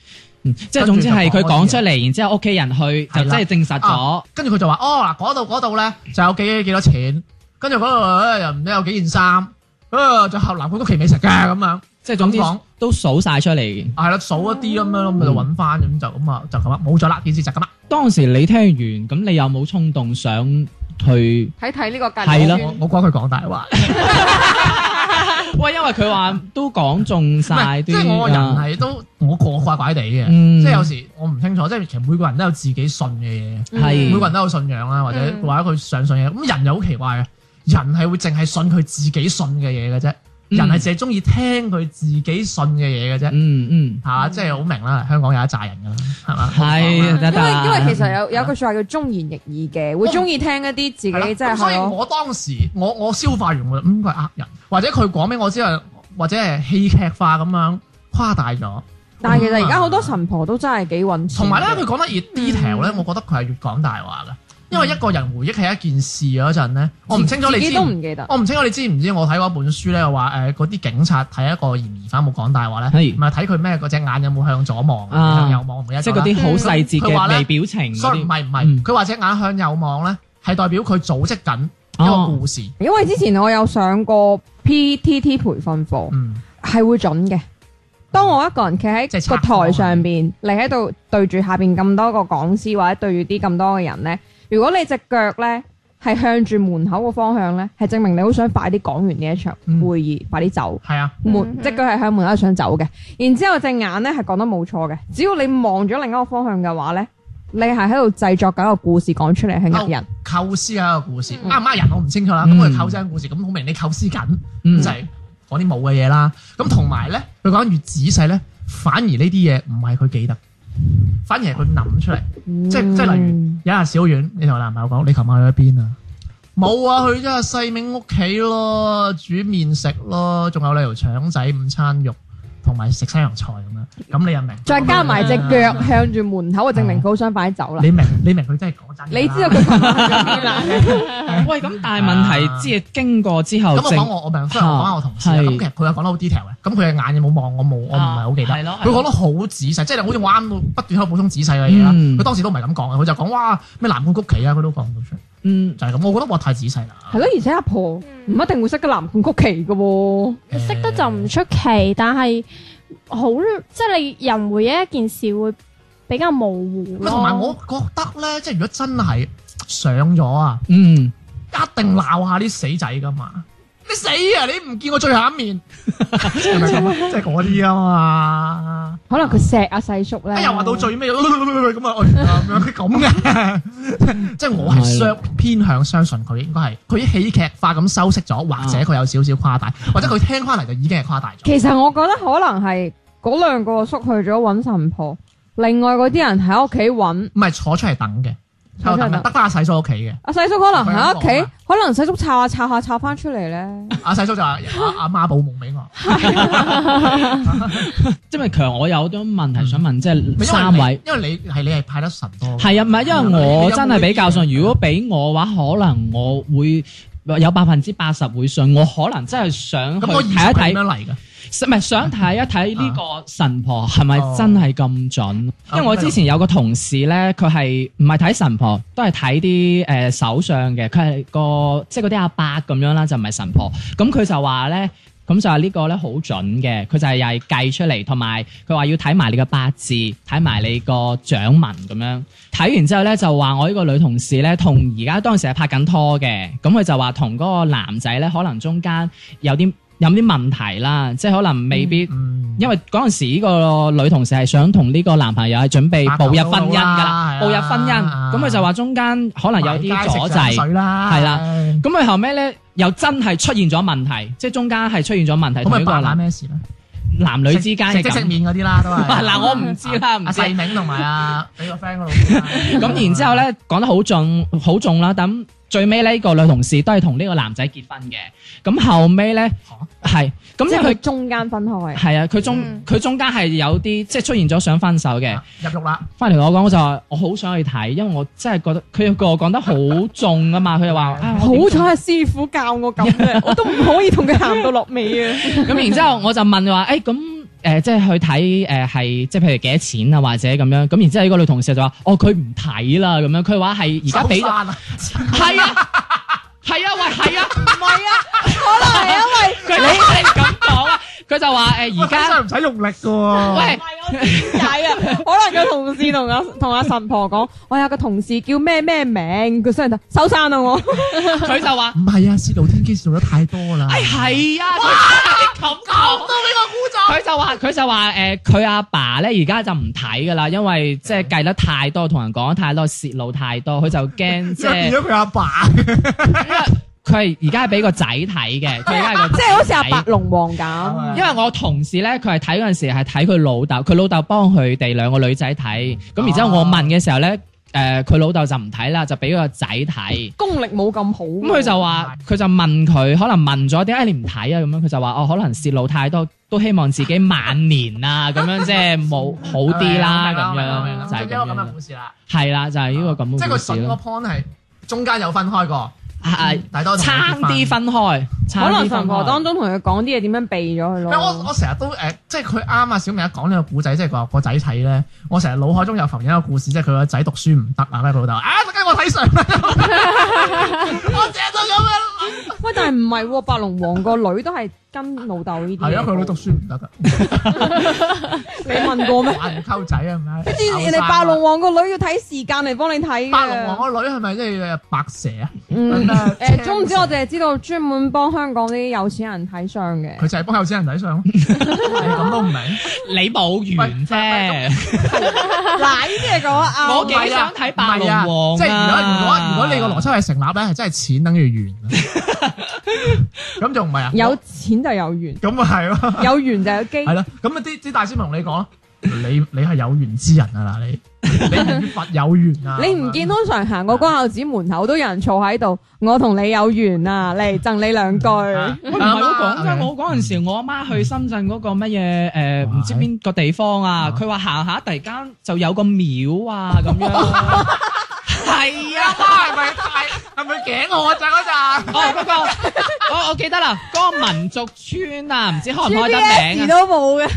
Speaker 5: 嗯即係總之係佢講出嚟，然之後屋企人去就
Speaker 1: 係
Speaker 5: 真
Speaker 1: 啦
Speaker 5: 係證實咗
Speaker 1: 啊，跟住佢就話：哦嗱，嗰度嗰度咧就有幾幾多錢，跟住嗰度咧又唔知有幾件衫，啊就合南好多奇美食嘅咁樣。
Speaker 5: 即係總之
Speaker 1: 咁講
Speaker 5: 都數晒出嚟。
Speaker 1: 係啦，數一啲咁樣咯，咁就揾翻咁就咁啊，就咁啦，冇咗啦，件事就咁啦。
Speaker 5: 當時你聽完，咁你有冇衝動想去？
Speaker 3: 睇睇呢個近
Speaker 5: 係啦
Speaker 1: 我我覺得佢講大話，
Speaker 5: 喂，因為佢話都講中
Speaker 1: 唔係
Speaker 5: 晒
Speaker 1: 即
Speaker 5: 啲，
Speaker 1: 係我個人
Speaker 5: 啊
Speaker 1: 係都我個怪怪地嘅，
Speaker 5: 嗯
Speaker 1: 即係有時我唔清楚，即係其實每個人都有自己信嘅嘢，
Speaker 5: 係
Speaker 1: 每個人都有信仰啦，或者
Speaker 3: 嗯
Speaker 1: 或者佢想信嘅嘢。咁人又好奇怪嘅，人係會淨係信佢自己信嘅嘢嘅啫，
Speaker 5: 嗯
Speaker 1: 人係淨係中意聽佢自己信嘅嘢嘅啫，
Speaker 5: 嗯嗯，
Speaker 1: 嚇，即係好明啦，香港有一紮人㗎啦，係嘛？
Speaker 5: 係得
Speaker 3: 因為
Speaker 1: 啊
Speaker 5: 得。
Speaker 3: 因為其實有有句説話叫忠言逆耳嘅，會中意聽一啲自己
Speaker 1: 哦係啦
Speaker 3: 真係
Speaker 1: 咁所以
Speaker 3: 係咯
Speaker 1: 我當時我我消化完我就嗯佢係呃人，或者佢講俾我知係或者係戲劇化咁樣誇大咗，
Speaker 3: 但係其實而家好多神婆都真係幾揾錢。
Speaker 1: 嗯同埋咧佢講得越 detail 咧，我覺得佢係越講大話嘅，因為一個人回憶起一件事嗰陣咧，我唔清楚
Speaker 3: 嗯自
Speaker 1: 你
Speaker 3: 己
Speaker 1: 知
Speaker 3: 都
Speaker 1: 唔
Speaker 3: 唔記得。
Speaker 1: 我唔清楚你知唔知我睇過一本書咧，話誒嗰啲警察睇一個嫌疑犯冇講大話咧，
Speaker 5: 係
Speaker 1: 唔係睇佢咩嗰隻眼有冇向左望，
Speaker 5: 啊
Speaker 1: 向右望，唔記得
Speaker 5: 即
Speaker 1: 咗
Speaker 5: 係嗰
Speaker 1: 啦
Speaker 5: 啲好細節
Speaker 1: 佢話
Speaker 5: 嘅
Speaker 1: 咧
Speaker 5: 微表情嗰
Speaker 1: sorry 唔
Speaker 5: 啲，
Speaker 1: 係唔係，
Speaker 5: 嗯
Speaker 1: 佢話隻眼向右望咧，係代表佢組織緊
Speaker 5: 哦
Speaker 1: 一個故事。
Speaker 3: 因為之前我有上過 PTT 培訓課，
Speaker 1: 嗯，
Speaker 3: 係會準嘅。當我一個人企
Speaker 1: 即係
Speaker 3: 喺
Speaker 1: 測
Speaker 3: 個台上
Speaker 1: 試
Speaker 3: 邊，你喺度對住下邊咁多個講師或者對住啲咁多嘅人咧，如果你只腳咧係向住門口個方向咧，係證明你好想快啲講完呢一場
Speaker 1: 嗯
Speaker 3: 會議，快啲走。
Speaker 1: 係啊，
Speaker 3: 門
Speaker 4: 嗯
Speaker 3: 即係佢係向門口想走嘅，然之後隻眼咧係講得冇錯嘅，只要你望咗另一個方向嘅話咧，你係喺度製作緊一個故事講出嚟係呃人，
Speaker 1: 構思一個故事，啊
Speaker 3: 嗯
Speaker 1: 啱唔啱人我唔清楚啦。咁
Speaker 5: 嗯
Speaker 1: 我哋構思一個故事，咁好明你構思緊，
Speaker 5: 嗯
Speaker 1: 就係講啲冇嘅嘢啦。咁同埋咧，佢講得越仔細咧，反而呢啲嘢唔係佢記得，反而係佢諗出嚟。即
Speaker 3: 嗯
Speaker 1: 係即係例如有一日小遠，你同男朋友講：你琴晚去咗邊啊？冇啊，去咗阿細明屋企咯，煮面食咯，仲有例如腸仔午餐肉，同埋食西洋菜咁樣。咁你又明？
Speaker 3: 再加埋隻腳向住門口，就證明佢好想快啲走啦。
Speaker 1: 你明你明佢真係講真㗎啦。
Speaker 3: 你知道佢琴晚去咗邊啦？
Speaker 5: 喂，咁但係問題，即係經過之後，
Speaker 1: 啊咁我講我我明，雖然我講下我同事啦，啊
Speaker 5: 哦係
Speaker 1: 咁其實佢又講得好 detail 嘅，咁佢嘅眼有冇望我冇，我唔係好記得。
Speaker 5: 啊係咯係
Speaker 1: 佢
Speaker 5: 咯
Speaker 1: 講得好仔細，即係好似我啱到不斷喺度補充仔細嘅嘢啦。
Speaker 5: 嗯
Speaker 1: 佢當時都唔係咁講嘅，佢就講哇咩南冠谷奇啊，佢都講到出嚟，
Speaker 5: 嗯，
Speaker 1: 就係咁。我覺得哇太仔細啦。
Speaker 3: 係咯，而且阿婆唔一定會識得藍罐曲奇嘅喎。
Speaker 4: 識得就唔出奇，但係好即係你人回憶一件事會比較模糊
Speaker 1: 咁
Speaker 4: 咯。
Speaker 1: 同埋我覺得咧，即係如果真係上咗啊，
Speaker 5: 嗯，
Speaker 1: 一定鬧下啲死仔噶嘛。你死啊！你唔見我最後一 面，係咪咁啊即係嗰啲啊嘛。
Speaker 3: 可能佢錫阿細叔
Speaker 1: 啊
Speaker 3: 咧，
Speaker 1: 又話到最尾咁啊，我咁樣咁嘅，即係我係相偏向相信佢應該係佢戲劇化咁修飾咗，
Speaker 5: 啊
Speaker 1: 或者佢有少少誇大，或者佢聽翻嚟就已經係誇大咗。
Speaker 3: 其實我覺得可能係嗰兩個叔去咗揾神婆，另外嗰啲人喺屋企揾
Speaker 1: 唔係坐出嚟等嘅，喺度等得翻阿細叔屋企嘅。
Speaker 3: 阿細叔，可能喺屋
Speaker 1: 佢有講
Speaker 3: 企
Speaker 1: 啊，
Speaker 3: 可能細叔抄下抄下抄翻出嚟咧。
Speaker 1: 阿細叔就話阿阿媽報夢俾我，
Speaker 5: 即係強，我有啲問題想問，即
Speaker 1: 唔
Speaker 5: 係
Speaker 1: 係
Speaker 5: 三
Speaker 1: 嗯因為你。哦
Speaker 5: 位
Speaker 1: 因為你係你係派得神多嘅。
Speaker 5: 係啊，唔係因為我真係比較信。
Speaker 1: 啊
Speaker 5: 如果俾我嘅話，可能我會有百分之八十會信。我可能真係想去
Speaker 1: 咁我現實
Speaker 5: 睇一
Speaker 1: 係
Speaker 5: 睇
Speaker 1: 點樣。嚟嘅？
Speaker 5: 唔係想睇一睇呢
Speaker 1: 啊
Speaker 5: 個神婆係咪真係咁準？
Speaker 1: 哦
Speaker 5: 因為我之前有個同事咧，佢係唔係睇神婆，都係睇啲誒手相嘅。佢係個即係嗰啲阿伯咁樣啦，就唔係神婆。咁佢就話咧。咁就係呢個咧好準嘅，佢就係又係計出嚟，同埋佢話要睇埋你嘅八字，睇埋你個掌紋咁樣。睇完之後咧就話我呢個女同事咧同而家當時係拍緊拖嘅，咁佢就話同嗰個男仔咧可能中間有啲有啲問題啦，即係可能未必，
Speaker 1: 嗯，
Speaker 5: 因為嗰陣時呢個女同事係想同呢個男朋友係準備步入婚姻㗎啦，
Speaker 1: 啊
Speaker 5: 步入婚姻，
Speaker 1: 啊
Speaker 5: 咁佢就話中間可能有啲阻滯。
Speaker 1: 水啦，
Speaker 5: 係啦。咁佢後尾咧又真係出現咗問題，即係中間係出現咗問題，
Speaker 1: 咁
Speaker 5: 同
Speaker 1: 咪
Speaker 5: 呢個
Speaker 1: 白
Speaker 5: 男
Speaker 1: 咩事咧？
Speaker 5: 男女之間
Speaker 1: 食即
Speaker 5: 嘅感
Speaker 1: 食面嗰啲啦，都係。
Speaker 5: 嗱，我唔知啦，唔
Speaker 1: 阿
Speaker 5: 知。
Speaker 1: 細明同埋 阿你個 friend 嗰度。
Speaker 5: 咁然之後，咧講得好重好重啦，咁最尾呢個女同事都係同呢個男仔結婚嘅，咁後尾咧係，咁
Speaker 3: 即
Speaker 5: 因
Speaker 3: 係佢
Speaker 5: 為佢
Speaker 3: 中間分開，
Speaker 5: 係啊，佢中
Speaker 4: 嗯
Speaker 5: 佢中間係有啲即係出現咗想分手嘅，
Speaker 1: 入獄啦，
Speaker 5: 翻嚟同我講我就話我好想去睇，因為我真係覺得佢又個講得好重啊嘛，佢就話啊我
Speaker 3: 好彩係師傅教我咁 嘅，我都唔可以同佢行到落尾啊！
Speaker 5: 咁然之後我就問話，誒咁誒即係去睇誒係即係譬如幾多錢啊或者咁樣，咁然之後呢個女同事就話，哦佢唔睇啦咁樣，佢話係而家俾
Speaker 1: 收
Speaker 5: 咗，
Speaker 1: 山啊
Speaker 5: 係啊係啊喂係啊，
Speaker 3: 唔係啊，可能係因為
Speaker 5: 佢你你咁講啊，佢就話誒而家
Speaker 1: 唔使用力噶
Speaker 5: 喂。
Speaker 3: 點解啊？可能個同事同阿同阿神婆講，我有個同事叫咩咩名，佢雖然就收山啦我。
Speaker 5: 佢就話
Speaker 1: 唔係啊，泄露天機泄露得太多啦。
Speaker 5: 誒係啊，佢真係咁講到呢個古仔。佢就話佢就話誒，佢阿爸咧而家就唔睇噶啦，因為即係
Speaker 3: 嗯
Speaker 5: 計得太多，同人講得太多，泄露太多，佢就 驚即係
Speaker 1: 咗佢阿爸，
Speaker 5: 佢係而家係俾個仔睇嘅，佢而家係 個
Speaker 3: 即係好啊似阿白
Speaker 5: 仔。
Speaker 3: 龍王咁，
Speaker 5: 因為我同事咧，佢係睇嗰陣時係睇佢老豆，佢老豆幫佢哋兩個女仔睇，咁然之後我
Speaker 3: 哦
Speaker 5: 問嘅時候咧，誒、佢老豆就唔睇啦，就俾個仔睇。
Speaker 3: 功力冇咁好。啊
Speaker 5: 咁佢就話，佢就問佢，可能問咗點解你唔睇啊？咁樣佢就話，哦，可能泄露太多，都希望自己晚年啊，咁樣即係冇好啲啦，咁樣就係
Speaker 1: 就係一個咁
Speaker 5: 咁
Speaker 1: 嘅
Speaker 5: 樣，
Speaker 1: 故事啦。
Speaker 5: 係啦，就係呢個咁嘅
Speaker 1: 即係
Speaker 5: 故
Speaker 1: 佢
Speaker 5: 事哦
Speaker 1: 信個
Speaker 5: 咯。
Speaker 1: point 係中間有分開過，
Speaker 5: 係
Speaker 1: 大多同佢
Speaker 5: 差
Speaker 1: 結婚
Speaker 5: 啲分開，
Speaker 3: 可
Speaker 5: 差
Speaker 3: 能
Speaker 5: 啲分
Speaker 3: 神婆
Speaker 5: 開
Speaker 3: 當中同佢講啲嘢點樣避咗佢
Speaker 1: 唔係我
Speaker 3: 咯。
Speaker 1: 我成日都誒、呃即係佢啱啊！小明一講呢個故仔，即係個個仔睇咧，我成日腦海中有浮現一個故事，即係佢個仔讀書唔得啊，咩老豆啊，跟住我睇上啦， 我成日都咁樣諗。
Speaker 3: 喂，但係唔係喎，白龍王個女都係跟老豆呢啲嘢。
Speaker 1: 係啊，佢女讀書唔得 㗎，
Speaker 3: 你問過咩？
Speaker 1: 扮溝仔啊，係咪？
Speaker 3: 知人哋白龍王個女要睇時間嚟幫你睇嘅
Speaker 1: 白龍王個女係咪即係白蛇啊？
Speaker 3: 嗯
Speaker 1: 啊
Speaker 3: 誒，總唔知我淨係知道專門幫香港啲有錢人睇相嘅。
Speaker 1: 佢就係幫有錢人睇相咯，你咁都唔明？
Speaker 5: 你冇緣啫，
Speaker 3: 嗱，呢啲係講啊，
Speaker 5: 我幾想睇白龍王
Speaker 1: 即係如果如果
Speaker 5: 啊
Speaker 1: 如果你個邏輯係成立咧，係真係錢等於緣啊。咁仲唔係啊？
Speaker 3: 有錢就有 緣，
Speaker 1: 咁啊 係咯，
Speaker 3: 有緣就有機
Speaker 1: 係。啦。咁啊啲啲大師咪同你講咯，你你係有緣之人啊嗱，你你與佛有緣啊。
Speaker 3: 你唔見通常行過關孝子門口都有人坐喺度，我同你有緣啊，嚟贈你兩句。
Speaker 1: 啊
Speaker 5: 喂唔係我講
Speaker 1: 啊
Speaker 5: 真，我嗰陣時我阿媽去深圳嗰個乜嘢誒，唔知邊個地方啊，佢話行下突然間就有個廟啊咁樣，係啊。
Speaker 1: 啊係咪大係咪頸我咋嗰陣？
Speaker 5: 哦，嗰個我我記得啦，嗰個民族村啊，唔知開唔開得
Speaker 3: GPS
Speaker 5: 名啊？
Speaker 3: 都冇嘅，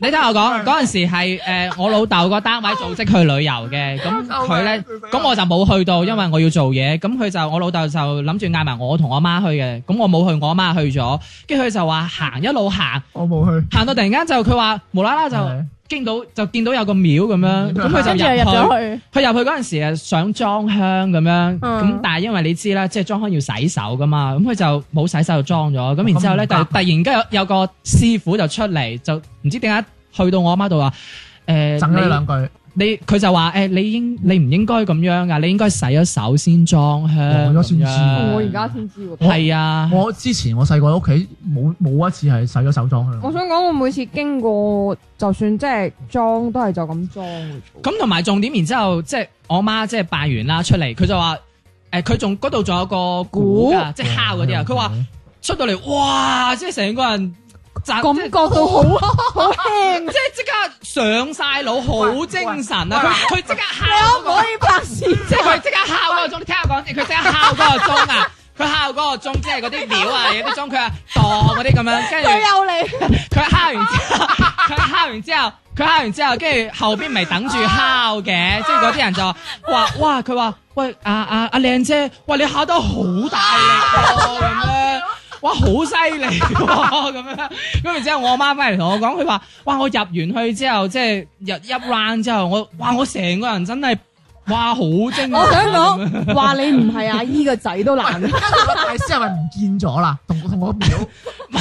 Speaker 5: 你聽我講，嗰陣時係誒我老豆個單位組織去旅遊嘅，咁佢咧，咁我就冇去到，因為我要做嘢。咁佢就我老豆就諗住嗌埋我同我媽去嘅，咁我冇去，我阿媽去咗，跟住佢就話行一路行，
Speaker 1: 我冇去，
Speaker 5: 行到突然間就佢話無啦啦就
Speaker 1: 係
Speaker 5: 經到就見到有個廟咁樣，咁佢就
Speaker 4: 跟住又
Speaker 5: 入
Speaker 4: 入
Speaker 5: 去。
Speaker 4: 咗去，
Speaker 5: 佢入去嗰陣時啊，想裝香咁樣，咁、
Speaker 4: 嗯
Speaker 5: 但係因為你知啦，即係裝香要洗手噶嘛，咁佢就冇洗手就裝咗，咁然之後咧，
Speaker 1: 咁
Speaker 5: 突
Speaker 1: 哦白
Speaker 5: 突然間有有個師傅就出嚟，就唔知點解去到我阿媽度話，誒、
Speaker 1: 贈咗你兩句。
Speaker 5: 你你佢就話誒、你應你唔應該咁樣啊噶，你應該洗咗手先裝香
Speaker 1: 哦我而家先知
Speaker 3: 我
Speaker 5: 咁
Speaker 3: 哦而家先知喎。
Speaker 5: 樣。係啊，
Speaker 1: 我之前我細個喺屋企冇冇一次係洗咗手裝去。
Speaker 3: 我想講，我每次經過，就算即係裝，都係就咁裝嘅啫。
Speaker 5: 咁同埋重點，然之後即係我媽即係拜完啦出嚟，佢就話誒佢仲嗰度仲有個鼓㗎，即係敲嗰啲啊，佢話。出到嚟，哇！即係成個人感
Speaker 3: 感覺到好好輕，
Speaker 5: 即係即刻上晒腦，好精神啊！佢佢即刻
Speaker 3: 可
Speaker 5: 敲嗰
Speaker 3: 唔
Speaker 5: 個，
Speaker 3: 可以拍攝？
Speaker 5: 即係佢即刻敲嗰個鐘。你聽我講，佢即刻敲嗰個鐘啊！佢敲嗰個鐘，即係嗰啲料啊，有啲鐘佢啊噹嗰啲咁樣，跟住
Speaker 3: 佢有你，
Speaker 5: 佢敲完之後，佢敲完之後，佢敲完之後，跟住後邊咪等住敲嘅，即係嗰啲人就話： 哇哇！佢話喂啊啊啊靚姐，喂你敲得好大力喎咁樣。哇，好犀利喎咁樣，咁然之後我阿媽翻嚟同我講，佢話：哇，我入完去之後，即係入一 round 之後，我哇，我成個人真係哇好精神啊
Speaker 3: 我想
Speaker 5: 咁樣
Speaker 3: 講話你唔係阿姨個仔都難。
Speaker 1: 跟住個大師係咪唔見咗啦？同同我表，唔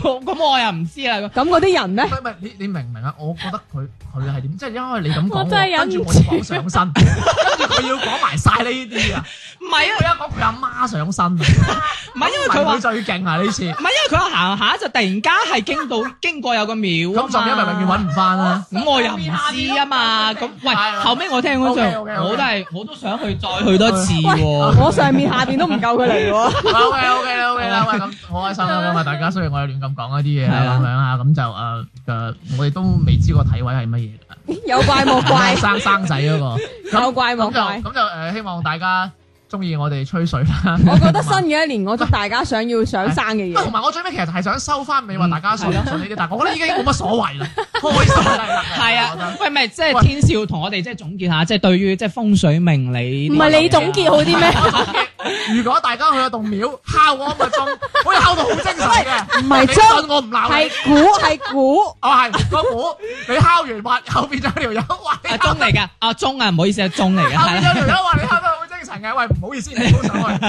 Speaker 5: 咁我又唔知啦。咁
Speaker 3: 咁嗰啲人咧，
Speaker 1: 係唔係你你明唔明啊？我覺得佢佢係點？即係因為你咁
Speaker 4: 我真係
Speaker 1: 講，
Speaker 4: 忍
Speaker 1: 跟
Speaker 4: 唔
Speaker 1: 住
Speaker 4: 住
Speaker 1: 我要講上身，跟住佢要講埋晒呢啲啊！
Speaker 5: 唔係啊
Speaker 1: 佢，一講佢阿媽上身啊，
Speaker 5: 唔係因為
Speaker 1: 問
Speaker 5: 佢話
Speaker 1: 佢。最勁啊呢次，
Speaker 5: 唔係因為佢行下就突然間係經到 經過有個廟啊
Speaker 1: 咁
Speaker 5: 嘛
Speaker 1: 就因為永遠揾唔翻啦。
Speaker 5: 咁我又唔知啊嘛，咁喂
Speaker 1: 係啊
Speaker 5: 後尾我聽嗰陣，
Speaker 1: OK，OK，OK
Speaker 5: 我都係我都想去再去多次喎。
Speaker 3: 我上面下邊都唔夠佢嚟喎。
Speaker 1: OK OK 啦 OK 啦，喂咁啊好開心啦咁啊！大家雖然我哋亂咁講一啲嘢
Speaker 5: 係
Speaker 1: 啦
Speaker 5: 啊
Speaker 1: 咁樣啊，咁就誒誒，我哋都未知個體位係乜嘢㗎。
Speaker 3: 有怪莫 怪，
Speaker 1: 生生仔嗰個，
Speaker 3: 有怪莫
Speaker 1: 咁就
Speaker 3: 怪
Speaker 1: 咁。就誒，希望大家中意我哋吹水啦。
Speaker 3: 我覺得新嘅一年，我祝大家想要想生嘅
Speaker 1: 同
Speaker 3: 嘢。
Speaker 1: 埋我最尾其實係想收翻你話大家信唔
Speaker 5: 嗯
Speaker 1: 信呢啲，但係我覺得已經冇乜所謂啦，開心啦，我
Speaker 5: 係
Speaker 1: 覺
Speaker 5: 啊
Speaker 1: 得，
Speaker 5: 喂，咪即係
Speaker 1: 喂
Speaker 5: 天少同我哋即係總結下，即係對於即係風水命理。
Speaker 4: 唔係你總結好 啲咩？
Speaker 1: 如果大家去到洞廟敲我個鐘，我要敲到好精神嘅，
Speaker 3: 唔係
Speaker 1: 你
Speaker 3: 將
Speaker 1: 信我唔鬧
Speaker 3: 係
Speaker 1: 你。
Speaker 3: 估係估，
Speaker 1: 我係個鼓，你敲完話後邊仲有條友話你
Speaker 5: 啊
Speaker 1: 敲
Speaker 5: 鐘嚟㗎，啊鐘啊，唔好意思啊，鐘嚟 㗎，
Speaker 1: 後邊
Speaker 5: 係啦
Speaker 1: 有條友話你敲得好精神嘅，喂唔好意思，你唔好上去，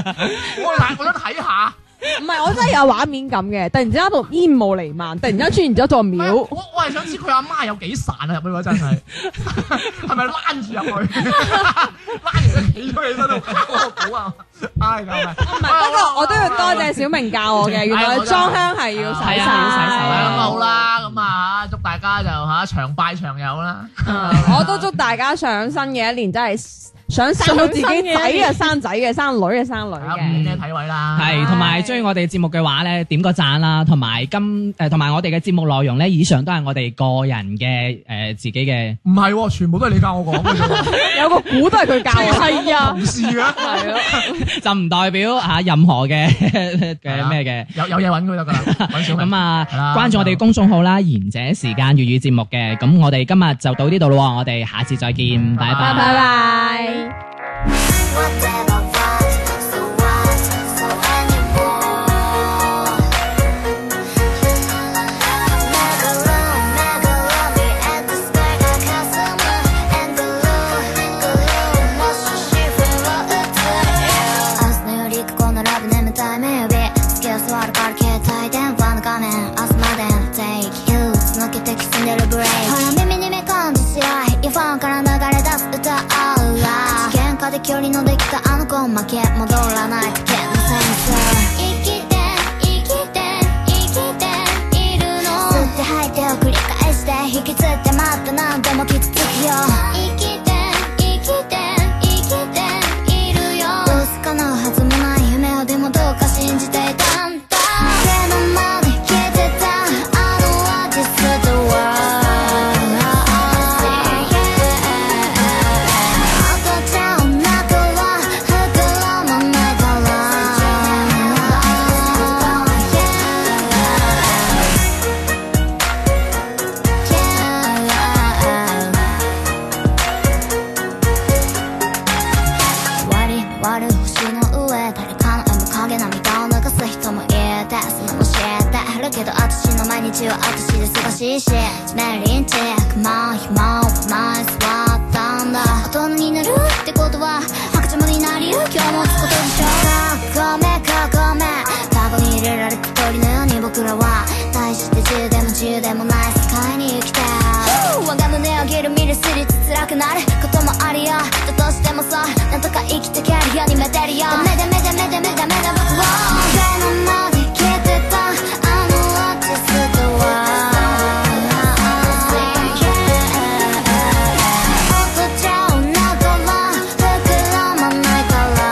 Speaker 1: 我想我想睇下。
Speaker 3: 唔係我真係有畫面感嘅。突然之間一度煙霧彌漫，突然間出現咗座
Speaker 1: 唔係
Speaker 3: 廟，
Speaker 1: 我我係想知佢阿媽有幾散啊入去嗰陣 係，係咪躝住入去？躝住企咗起身度敲我鼓啊！唉，咁啊，
Speaker 3: 唔係不過我都要多謝小明教我嘅，原來裝香係要洗
Speaker 5: 係
Speaker 3: 手，
Speaker 5: 啊
Speaker 1: 咁好啦，咁啊祝大家就嚇長拜長有啦，
Speaker 3: 嗯我都祝大家上新嘅一年真係想生到自己仔
Speaker 4: 想生嘅
Speaker 3: 嘅生仔嘅，生女嘅生女
Speaker 1: 係啊，唔理
Speaker 3: 嘅。
Speaker 1: 咩體位啦，
Speaker 5: 系，同埋中意我哋節目嘅話咧，點個讚啦，同埋今诶，同埋我哋嘅節目內容咧，以上都係我哋個人嘅诶自己嘅。
Speaker 1: 唔係喎，全部都係你教我講嘅啫喎，
Speaker 3: 有個股都係佢教我。
Speaker 4: 係啊，
Speaker 1: 同事嘅，
Speaker 3: 係咯，
Speaker 5: 就唔代表吓任何嘅 嘅咩嘅。
Speaker 1: 有有嘢揾佢得㗎啦，揾小明
Speaker 5: 咁。啊
Speaker 1: 係，啦
Speaker 5: 關注我哋公眾號啦，賢者時間粵語節目嘅。咁我哋今日就到呢度咯，我哋下次再見，拜
Speaker 1: 拜
Speaker 5: 拜
Speaker 4: 拜。拜。
Speaker 6: Whatever what, so what, so anymore. Mega love, mega love me at the spark of customer and the love, the love, must she feel what it is. 明日のよりここのラブ眠たい目指突き座るから携帯電話の画面明日まで Take you 抜けてきすんでるブレイクほら耳にめかんで試合イヤフォンから流れ出す歌 All right 喧嘩で距離のできたあの子負け戻らない危険のセンス生きて生きて生きているの吸って吐いてを繰り返して引きつって待って何度も傷つくよ生きて生きて生きているよどうすかなはずもない夢をでもどうか信じていたんだ目の前に消えてたあのアーティストは赤ちゃん泣くわ袋もないから割り割る星の上誰かの影涙を流す人もいてそのも知ってるけど私の毎日は私で忙しいしメリンチェックも暇もナイスだったんだ大人になるってことは白鳥になり勇気を持つことでしょうかごめんかごめんカゴに入れられた鳥のように僕らは大して自由でも自由でもない世界に生きて我が胸を切る見るすりつ辛くなることもあるよだとしてもさなんとか生きてけるようにめでるよダメダメダメダメダメダメ僕を目の前で消えてたあのアーティストは音ちゃうなから膨らまないから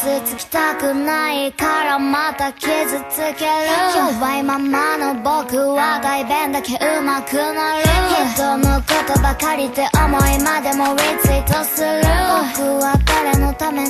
Speaker 6: 傷つきたくないからまた傷つける弱いままの僕は代弁だけうまくなる人のことばかりで思いまでもリツイートする僕は彼のため